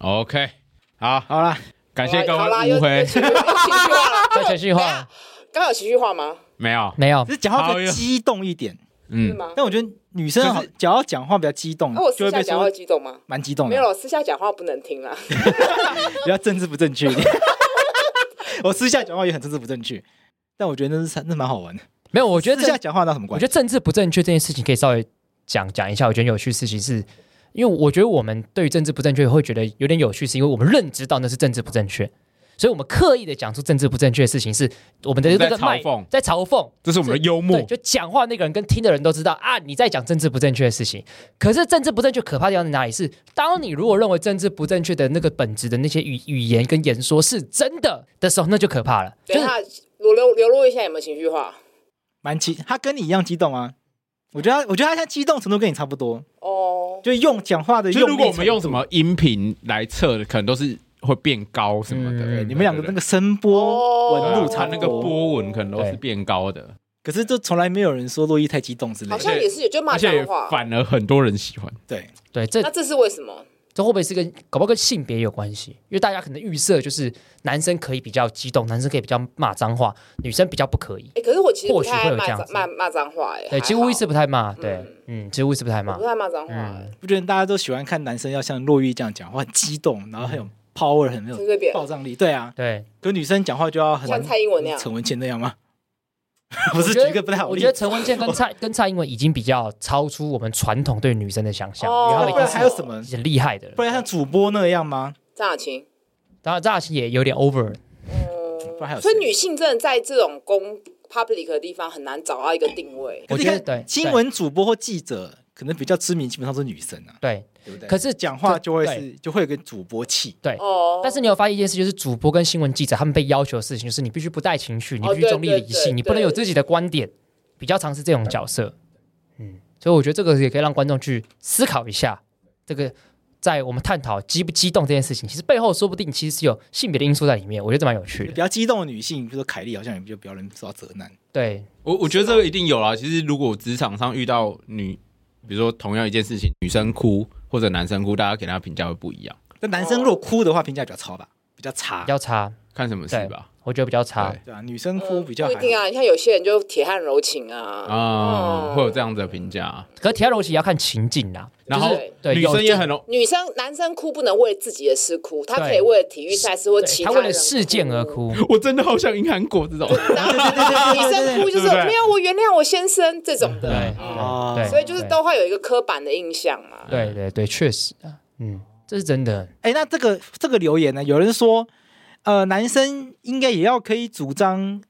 Speaker 3: OK，好，
Speaker 1: 好啦，
Speaker 3: 感谢各
Speaker 5: 好啦，
Speaker 3: 位
Speaker 5: 又
Speaker 3: 误
Speaker 5: 又
Speaker 3: 会，
Speaker 5: 情绪化了，
Speaker 2: 再情绪
Speaker 5: 等一
Speaker 2: 化
Speaker 5: 下刚有情绪化吗？
Speaker 3: 没有，
Speaker 2: 没有
Speaker 1: 只，是讲话
Speaker 3: 好
Speaker 1: 比
Speaker 3: 哟
Speaker 1: 较激动一点，
Speaker 5: 是
Speaker 3: 嗯，
Speaker 5: 吗？啊
Speaker 1: 但我觉得女生好，只要讲话比较激动
Speaker 5: 哦那我，
Speaker 1: 就
Speaker 5: 私
Speaker 1: 会
Speaker 5: 下
Speaker 1: 被
Speaker 5: 讲话
Speaker 1: 说
Speaker 5: 激动吗？
Speaker 1: 蛮激动
Speaker 5: 没
Speaker 1: 的
Speaker 5: 有，，我私下讲话不能听啦。
Speaker 1: 比较政治不正确一点。 我私下讲话也很政治不正确，但我觉得那是那蛮好玩的。
Speaker 2: 没有，我觉得
Speaker 1: 私下
Speaker 2: 这，
Speaker 1: 讲话哪有什么
Speaker 2: 我
Speaker 1: 关
Speaker 2: 觉
Speaker 1: 系？
Speaker 2: 得政治不正确这件事情可以稍微讲讲一下。我觉得很有趣的事情是。因为我觉得我们对于政治不正确会觉得有点有趣，是因为我们认知到那是政治不正确，所以我们刻意的讲出政治不正确的事情，是我们的
Speaker 3: 在
Speaker 2: 那个
Speaker 3: 嘲
Speaker 2: 脉
Speaker 3: 讽
Speaker 2: 在嘲讽，
Speaker 3: 这是我们的幽默
Speaker 2: 对，，就讲话那个人跟听的人都知道啊，你在讲政治不正确的事情。可是政治不正确可怕的地方在哪里是？当你如果认为政治不正确的那个本质的那些语语言跟言说是真的的时候，那就可怕了。就
Speaker 5: 等一
Speaker 2: 是
Speaker 5: 下，我流流露一下有没有情绪化？
Speaker 1: 蛮激，他跟你一样激动啊。我觉得他，我觉得他现在激动程度跟你差不多，
Speaker 5: 哦，
Speaker 1: 就用讲话的
Speaker 3: 就
Speaker 1: 用。
Speaker 3: 如果我们用什么，音频来测，可能都是会变高什么的。
Speaker 2: 嗯
Speaker 3: 对
Speaker 1: 你们两个那个声
Speaker 5: 哦
Speaker 1: 波纹
Speaker 3: 路
Speaker 1: 路
Speaker 5: 对
Speaker 1: 差
Speaker 3: 它
Speaker 1: 不
Speaker 3: 那
Speaker 1: 多
Speaker 3: 个波纹可能都是
Speaker 2: 对
Speaker 3: 变高的，
Speaker 1: 可是就从来没有人说洛伊太激动之类
Speaker 5: 好
Speaker 1: 的。
Speaker 5: 像也是，就骂
Speaker 3: 而且
Speaker 5: 脏话。
Speaker 3: 反而很多人喜欢。
Speaker 1: 对，
Speaker 2: 对，这
Speaker 5: 那这是为什么？
Speaker 2: 这会不会是跟搞不好跟性别有关系？因为大家可能预设就是男生可以比较激动，男生可以比较骂脏话，女生比较不可以。
Speaker 5: 哎，可是我其实不
Speaker 2: 或许
Speaker 5: 太爱
Speaker 2: 会有
Speaker 5: 骂
Speaker 2: 这样
Speaker 5: 脏
Speaker 2: 子
Speaker 5: 骂骂脏话哎。
Speaker 2: 对，
Speaker 5: 还
Speaker 2: 几乎
Speaker 5: 好
Speaker 2: 一直不太骂。对，嗯，几乎一直不太
Speaker 5: 我
Speaker 2: 骂
Speaker 5: 不。太骂脏话
Speaker 2: 嗯
Speaker 5: 哎，
Speaker 1: 不觉得大家都喜欢看男生要像洛伊这样讲话，很激动，然后很
Speaker 2: 嗯
Speaker 1: 有 power，很没
Speaker 5: 陈
Speaker 1: 有
Speaker 5: 水扁
Speaker 1: 爆炸力。对啊，
Speaker 2: 对，
Speaker 1: 可女生讲话就要很
Speaker 5: 像蔡英文那样
Speaker 1: 陈文倩那样吗？ 不
Speaker 2: 我
Speaker 1: 是，举
Speaker 2: 觉得
Speaker 1: 一个不太好
Speaker 2: 我
Speaker 1: 的
Speaker 2: 觉得
Speaker 1: 例子。
Speaker 2: 陈文健 跟蔡跟蔡英文已经比较超出我们传统对女生的想象，
Speaker 5: 哦
Speaker 2: 因为他们已
Speaker 1: 不然
Speaker 2: 经
Speaker 1: 还有什么？
Speaker 2: 是很厉害的人
Speaker 1: 不。然像主播那样吗？
Speaker 5: 张雅琴。
Speaker 2: 当然，张雅琴也有点 over，
Speaker 1: 不然还有谁
Speaker 5: 所以女性真的在这种公 public 的地方很难找到一个定位。
Speaker 2: 我
Speaker 1: 可是
Speaker 2: 觉得
Speaker 1: 你看
Speaker 2: 对
Speaker 1: 新闻主播或记者可能比较知名，基本上是女生啊，
Speaker 2: 对。
Speaker 1: 对不对？
Speaker 2: 可是
Speaker 1: 讲话就会
Speaker 2: 对
Speaker 1: 是就会有个主播气，
Speaker 5: 哦，
Speaker 2: 但是你有发现一件事，就是主播跟新闻记者他们被要求的事情，就是你必须不带情绪，你
Speaker 5: 哦
Speaker 2: 必须中立
Speaker 5: 对对
Speaker 2: 理性，
Speaker 5: 对
Speaker 2: 你不能有自己的观点，比较常是这种角色。嗯，所以我觉得这个也可以让观众去思考一下，这个在我们探讨激不激动这件事情，其实背后说不定其实是有性别的因素在里面，我觉得这蛮有趣
Speaker 1: 比
Speaker 2: 的。
Speaker 1: 较激动的女性，比如说凯莉，好像也就比较容易受到责难。
Speaker 2: 对，
Speaker 3: 我我觉得这个一定有啦。其实如果职场上遇到女，比如说同样一件事情，女生哭或者男生哭，大家给她评价会不一样，
Speaker 1: 那
Speaker 5: 哦
Speaker 1: 男生如果哭的话，评价比较差吧，比较差
Speaker 2: 比。较差，
Speaker 3: 看什么事
Speaker 2: 对
Speaker 3: 吧。
Speaker 2: 我觉得比较差
Speaker 3: 对。
Speaker 1: 对啊，女生哭比较
Speaker 5: 不
Speaker 1: 还
Speaker 5: 一定
Speaker 1: 好
Speaker 5: 啊。你看有些人就铁汉柔情啊，
Speaker 3: 啊、
Speaker 5: 嗯
Speaker 3: 会有这样子的评价啊、
Speaker 2: 可是体验逻辑也要看情境啊啦，
Speaker 3: 然后
Speaker 5: 对
Speaker 2: 对
Speaker 3: 女
Speaker 2: 有
Speaker 3: 生也很容
Speaker 5: 女生男生哭不能为自己的事哭，他可以
Speaker 2: 对
Speaker 5: 为了体育赛事或
Speaker 2: 对
Speaker 5: 其
Speaker 2: 他
Speaker 5: 他
Speaker 2: 为了
Speaker 5: 人
Speaker 2: 事件而。哭，
Speaker 3: 我真的好想赢韩国这 种。
Speaker 5: 然后 女生哭 就是
Speaker 3: 对不对
Speaker 5: 没有我原谅我先生这种
Speaker 2: 对
Speaker 5: 的，
Speaker 1: 哦
Speaker 2: 对，
Speaker 5: 所以就是都会有一个刻板的印象嘛。
Speaker 2: 对对对对，确实啊，嗯，这是真的，
Speaker 1: 哎，那这个这个留言呢？有人说，呃，男生应该也要可以主张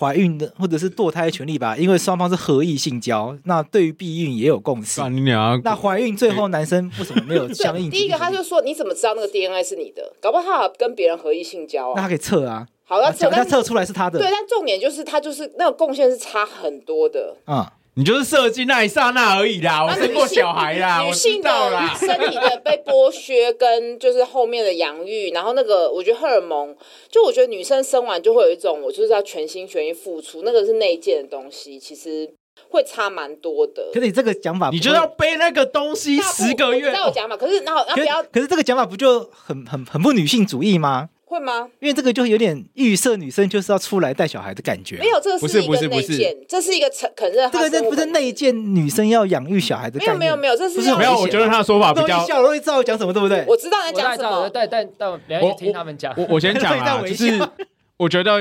Speaker 1: 怀孕的或者是堕胎的权利吧，因为双方是合意性交，那对于避孕也有共识。
Speaker 3: 干你娘！啊
Speaker 1: 那怀孕最后男生为什么没有
Speaker 5: 对
Speaker 1: 相应？
Speaker 5: 第一个他就说你怎么知道那个 DNA 是你的？搞不好他好跟别人合意性交
Speaker 1: 那他
Speaker 5: 啊。
Speaker 1: 可以测啊，
Speaker 5: 好，那
Speaker 1: 讲一下
Speaker 5: 但
Speaker 1: 测出来是他的，
Speaker 5: 对，但重点就是他就是那个贡献是差很多的。
Speaker 1: 嗯，
Speaker 3: 你就是射精那一刹那而已啦，我
Speaker 5: 那
Speaker 3: 哦生过小孩啦，
Speaker 5: 女
Speaker 3: 我
Speaker 5: 性
Speaker 3: 知
Speaker 5: 的。
Speaker 3: 道啦
Speaker 5: 身体的被剥削，跟就是后面的养育，然后那个我觉得荷尔蒙，就我觉得女生生完就会有一种我就是要全心全意付出，那个是内建的东西，其实会差蛮多的
Speaker 1: 可。是你这个讲法不会，
Speaker 3: 你就要背那个东西
Speaker 5: 大部
Speaker 3: 十个月
Speaker 5: 我知，道我讲嘛，可是然后然后
Speaker 1: 可
Speaker 5: 不要
Speaker 1: 是可是这个讲法不就很很很不女性主义吗？
Speaker 5: 会吗？
Speaker 1: 因为这个就有点预设女生就是要出来带小孩的感觉啊、
Speaker 5: 没有，这
Speaker 3: 不
Speaker 5: 个
Speaker 3: 是
Speaker 5: 一
Speaker 3: 不
Speaker 5: 个
Speaker 3: 是
Speaker 5: 内
Speaker 3: 不是
Speaker 5: 建，这是一个承肯认
Speaker 1: 这
Speaker 5: 她
Speaker 1: 个
Speaker 5: 生
Speaker 1: 这
Speaker 5: 活
Speaker 1: 不是
Speaker 5: 本
Speaker 1: 内
Speaker 5: 质。
Speaker 1: 建女生要养育小孩的
Speaker 5: 没
Speaker 1: 概念，
Speaker 5: 有没有没有，这
Speaker 1: 不
Speaker 5: 是
Speaker 1: 是
Speaker 5: 要
Speaker 3: 没有，我觉得他的
Speaker 2: 啊
Speaker 3: 说法比
Speaker 1: 弄
Speaker 3: 较
Speaker 1: 一。下我会知道我讲什么，对不对？
Speaker 5: 我知道你
Speaker 2: 我
Speaker 5: 在讲
Speaker 2: 大
Speaker 5: 什
Speaker 2: 家
Speaker 5: 么，
Speaker 2: 但但但我
Speaker 3: 我
Speaker 2: 了听他们讲，
Speaker 3: 我我先讲 啊，
Speaker 1: 所
Speaker 3: 就
Speaker 1: 以在微
Speaker 3: 是
Speaker 1: 笑
Speaker 3: 我觉得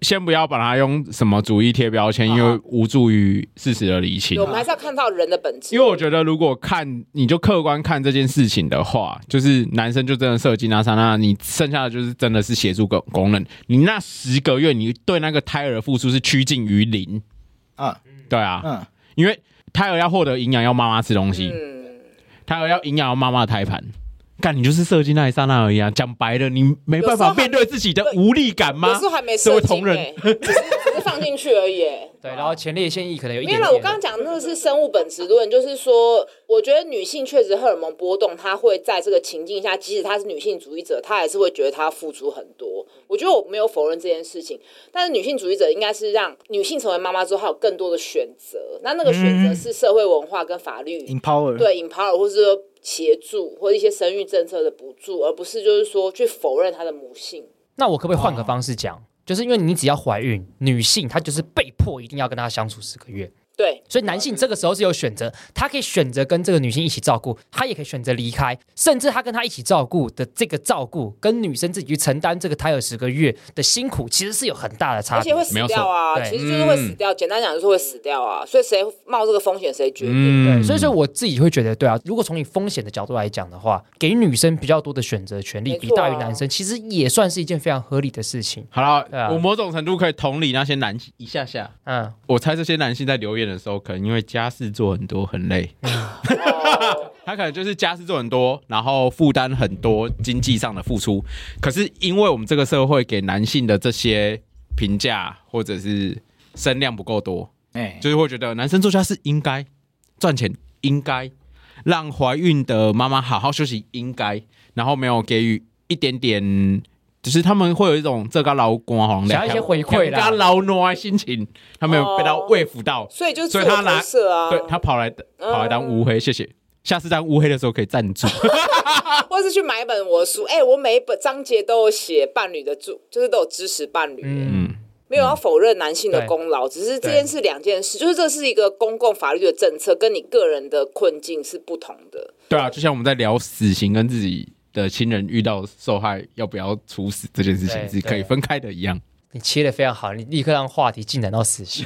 Speaker 3: 先不要把它用什么主义贴标签，因
Speaker 1: 啊
Speaker 3: 为无助于事实的厘清啊
Speaker 5: 对我。们还是要看到人的本质。
Speaker 3: 因为我觉得，如果看你就客观看这件事情的话，就是男生就真的射精啊、刹那，你剩下的就是真的是协助功功能。你那十个月，你对那个胎儿的付出是趋近于零。
Speaker 1: 啊
Speaker 3: 对啊，
Speaker 1: 嗯，
Speaker 3: 因为胎儿要获得营养，要妈妈吃东西；
Speaker 5: 嗯，
Speaker 3: 胎儿要营养，要妈妈的胎盘。干，你就是射精那一刹那而已啊！讲白了，你没办
Speaker 5: 有时候
Speaker 3: 法
Speaker 5: 还
Speaker 3: 面对自己的无力感
Speaker 5: 有
Speaker 3: 吗
Speaker 5: 时？候还没
Speaker 3: 社会
Speaker 5: 射精
Speaker 3: 同仁
Speaker 5: 欸，只是只是放进去而已欸。
Speaker 2: 对，然后前列腺液可能有一
Speaker 5: 没有
Speaker 2: 点
Speaker 5: 啦，
Speaker 2: 点，
Speaker 5: 我刚刚讲的那个是生物本质论，就是说，我觉得女性确实荷尔蒙波动，她会在这个情境下，即使她是女性主义者，她还是会觉得她要付出很多。
Speaker 2: 嗯
Speaker 5: 我觉得我没有否认这件事情，但是女性主义者应该是让女性成为妈妈之后，她有更多的选择。那那个选择是社会文化跟法律、
Speaker 2: 嗯
Speaker 1: ，empower，
Speaker 5: 对 empower 或是说协助或一些生育政策的补助，而不是就是说去否认她的母性。
Speaker 2: 那我可不可以换个方式讲？就是因为你只要怀孕，女性她就是被迫一定要跟她相处十个月，
Speaker 5: 对，
Speaker 2: 所以男性这个时候是有选择，他可以选择跟这个女性一起照顾，他也可以选择离开，甚至他跟她一起照顾的这个照顾，跟女生自己去承担这个胎儿十个月的辛苦，其实是有很大的差
Speaker 5: 而且
Speaker 2: 别
Speaker 5: 会。死掉啊，
Speaker 2: 没有错
Speaker 5: 其实就是会死掉。简单讲就是会死掉啊，所以谁冒这个风险谁决定。
Speaker 3: 嗯
Speaker 2: 对，所以说我自己会觉得，对啊，如果从你风险的角度来讲的话，给女生比较多的选择权利，
Speaker 5: 没错啊
Speaker 2: 比大于男生，其实也算是一件非常合理的事情。
Speaker 3: 好了，
Speaker 2: 对啊
Speaker 3: 我某种程度可以同理那些男性一下下。
Speaker 2: 嗯，
Speaker 3: 我猜这些男性在留言的时候，可能因为家事做很多，很累。
Speaker 5: 哦
Speaker 3: 他可能就是家事做很多，然后负担很多经济上的付出。可是因为我们这个社会给男性的这些评价或者是声量不够多，
Speaker 1: 哎，
Speaker 3: 就是会觉得男生做家事应该赚钱，应该让怀孕的妈妈好好休息，应该，然后没有给予一点点。就是他们会有一种这个啊老光红的，
Speaker 2: 想要一些回馈啦
Speaker 3: 这老暖的心情，他没有被到
Speaker 5: 哦
Speaker 3: 慰抚到，
Speaker 5: 所以就是
Speaker 3: 所
Speaker 5: 自
Speaker 3: 以
Speaker 5: 我
Speaker 3: 他拿
Speaker 5: 投射啊，
Speaker 3: 对他跑来
Speaker 2: 哦
Speaker 3: 跑来当乌黑，谢谢。下次当乌黑的时候可以赞 助，
Speaker 5: 啊或是去买一本我的书，哎、我每一本章节都有写伴侣的注，就是都有支持伴侣、
Speaker 2: 嗯
Speaker 5: 嗯，没有要否认男性的
Speaker 2: 对
Speaker 5: 功劳，只是这件事两件事，就是这是一个公共法律的政策，跟你个人的困境是不同的。
Speaker 3: 对啊，就像我们在聊死刑跟自己的亲人遇到受害要不要处死这件事情
Speaker 2: 对
Speaker 3: 是可以
Speaker 2: 对
Speaker 3: 分开的一样。
Speaker 2: 你切的非常好，你立刻让话题进展到死刑。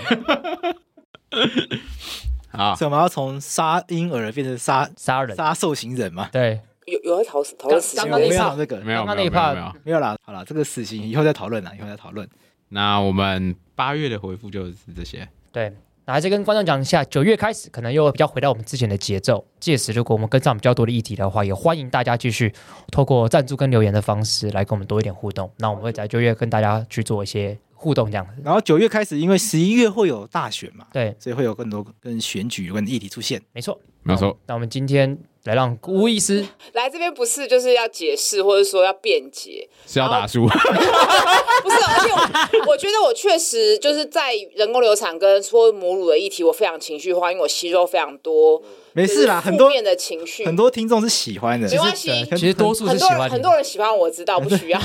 Speaker 3: 啊，
Speaker 1: 所以我们要从杀婴儿变成杀
Speaker 2: 杀人。
Speaker 1: 杀受刑人嘛？
Speaker 2: 对，
Speaker 5: 有有在讨讨论死
Speaker 2: 刚
Speaker 5: 刑
Speaker 1: 没
Speaker 2: 刚
Speaker 1: 有
Speaker 2: 那
Speaker 1: 没有
Speaker 2: 一
Speaker 5: 吗
Speaker 2: 趴
Speaker 1: 讲这个，
Speaker 3: 没有
Speaker 2: 刚刚那
Speaker 3: 没
Speaker 2: 一
Speaker 3: 有没有
Speaker 2: part
Speaker 3: 没有。
Speaker 1: 没有啦，好啦，这个死刑以后再讨论啦，以后再讨论。
Speaker 3: 那我们八月的回复就是这些。
Speaker 2: 对。那还是跟观众讲一下，九月开始可能又比较回到我们之前的节奏。届时如果我们跟上比较多的议题的话，也欢迎大家继续透过赞助跟留言的方式来跟我们多一点互动。那我们会在九月跟大家去做一些互动，这样子。
Speaker 1: 然后九月开始，因为十一月会有大选嘛，
Speaker 2: 对，
Speaker 1: 所以会有更多跟选举有关的议题出现。
Speaker 2: 没错，
Speaker 3: 没有错，
Speaker 2: 那我们今天来让吴医师
Speaker 5: 来这边不是就是要解释，或者说要辩解，
Speaker 3: 是要打输。
Speaker 5: 不是，而且我我觉得我确实就是在人工流产跟说母乳的议题，我非常情绪化，因为我吸收非常多，
Speaker 1: 没事啦，
Speaker 5: 就是
Speaker 1: 很
Speaker 5: 负
Speaker 1: 多
Speaker 5: 面的情绪，
Speaker 1: 很多听众是喜欢的，
Speaker 5: 没关
Speaker 1: 其
Speaker 5: 系
Speaker 1: 实
Speaker 2: 对，哎其实多数是
Speaker 5: 很
Speaker 2: 喜
Speaker 5: 多人
Speaker 2: 欢你
Speaker 5: 很多人喜欢我知道，不需要。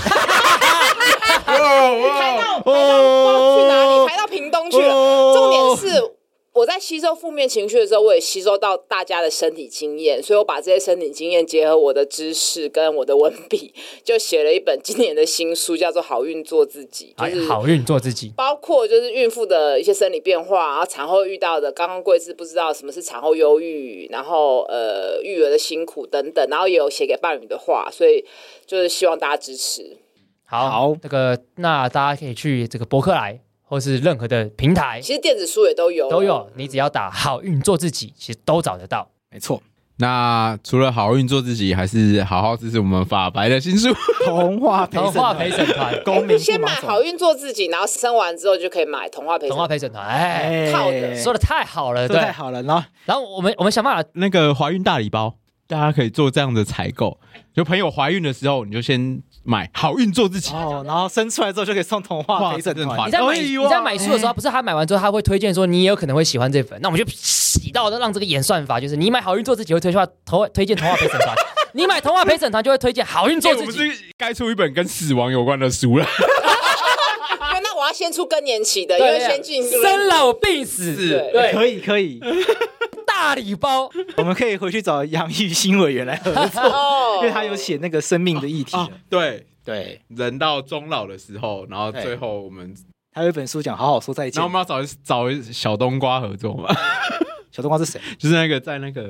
Speaker 5: 排到排到不知道去哪
Speaker 1: 哦
Speaker 5: 里，排到屏东去了。
Speaker 1: 哦
Speaker 5: 重点是我在吸收负面情绪的时候，我也吸收到大家的身体经验，所以我把这些身体经验结合我的知识跟我的文笔，就写了一本今年的新书，叫做《好运做自己》，
Speaker 2: 哎
Speaker 5: 就是
Speaker 2: 好运做自己。
Speaker 5: 包括就是孕妇的一些生理变化，然后产后遇到的，刚刚贵志不知道什么是产后忧郁，然后呃育儿的辛苦等等，然后也有写给伴侣的话，所以就是希望大家支持。
Speaker 2: 好，
Speaker 1: 好
Speaker 2: 那个那大家可以去这个博客来，或是任何的平台
Speaker 5: 其实电子书也都有，
Speaker 2: 都有，你只要打“好运做自己”，其实都找得到。
Speaker 1: 没错，
Speaker 3: 那除了好运做自己，还是好好支持我们法白的新书。
Speaker 1: 童话陪
Speaker 2: 童
Speaker 1: 审
Speaker 2: 话
Speaker 1: 团
Speaker 2: 陪审团，
Speaker 1: 公民
Speaker 5: 你先
Speaker 1: 不
Speaker 5: 买
Speaker 1: 马
Speaker 5: 好
Speaker 1: 走，
Speaker 5: 运做自己，然后生完之后就可以买童话陪
Speaker 2: 童
Speaker 5: 审
Speaker 2: 话陪审团，哎，
Speaker 5: 套的
Speaker 2: 说的太好了，
Speaker 1: 这
Speaker 2: 对
Speaker 1: 太。好了，然后
Speaker 2: 然后我们我们想办法，
Speaker 3: 那个怀孕大礼包，大家可以做这样的采购。就朋友怀孕的时候，你就先买好运做自己。
Speaker 1: 哦，然后生出来之后就可以送童话陪审
Speaker 3: 童话
Speaker 1: 团
Speaker 2: 你，在买
Speaker 3: 哎呦
Speaker 2: 你在买书的时候，不是他买完之后他会推荐说你也有可能会喜欢这本，那我们就洗到让这个演算法，就是你买好运做自己会推荐童推荐童话陪审团， 你买童话陪审团就会推荐好运做
Speaker 3: 哎我
Speaker 2: 自
Speaker 3: 们
Speaker 2: 己。
Speaker 3: 是该出一本跟死亡有关的书了。
Speaker 5: 团。那我要先出更年期的，因
Speaker 2: 对
Speaker 5: 为先进入
Speaker 2: 生老病死，
Speaker 5: 对
Speaker 2: 对
Speaker 1: 哎可以可以，
Speaker 2: 大礼包，
Speaker 1: 我们可以回去找杨玉新委员来合作，
Speaker 5: 哦
Speaker 1: 因为他有写那个生命的议题，
Speaker 3: 啊，对，
Speaker 1: 对，
Speaker 3: 人到终老的时候，然后最后我们，
Speaker 1: 他有一本书讲好好说再
Speaker 3: 然后
Speaker 1: 见
Speaker 3: 我，们要找找小冬瓜合作嘛，
Speaker 1: 小冬瓜是谁？
Speaker 3: 就是那个在那个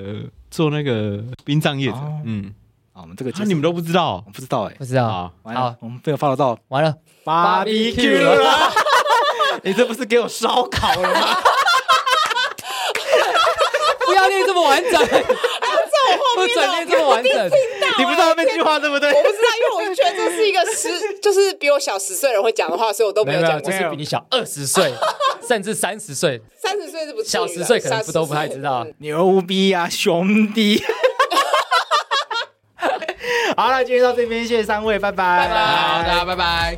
Speaker 3: 做那个殡葬业者
Speaker 1: 哦，
Speaker 3: 嗯，
Speaker 1: 啊，我们这个
Speaker 3: 啊，你们
Speaker 1: 都
Speaker 3: 都不知道
Speaker 1: 不知道哎
Speaker 2: 不，知道，
Speaker 3: 啊，
Speaker 1: 完了
Speaker 2: 好，
Speaker 1: 我们被我发到
Speaker 2: 完了，
Speaker 1: barbecue 了， 你这不是给我烧烤了吗？
Speaker 2: 不要念这么完整，
Speaker 5: 后
Speaker 2: 不
Speaker 5: 面哦
Speaker 2: 准
Speaker 5: 的
Speaker 2: 念这么完整，
Speaker 1: 你不知道那句话对不对？
Speaker 5: 我不知道，因为我觉得这是一个十，就是比我小十岁的人会讲的话，所以我都没
Speaker 2: 没有
Speaker 5: 有
Speaker 2: 没
Speaker 5: 讲
Speaker 2: 有，
Speaker 5: 过
Speaker 2: 就。是比你小二十 岁，甚至三十岁，
Speaker 5: 三十岁是不至于
Speaker 2: 小
Speaker 5: 啦
Speaker 2: 十岁可能不都不太知道
Speaker 5: 30岁嗯。
Speaker 1: 牛逼啊，兄弟！好了，今天到这边，谢谢三位，拜拜，拜
Speaker 5: 拜
Speaker 3: 好，大家拜拜。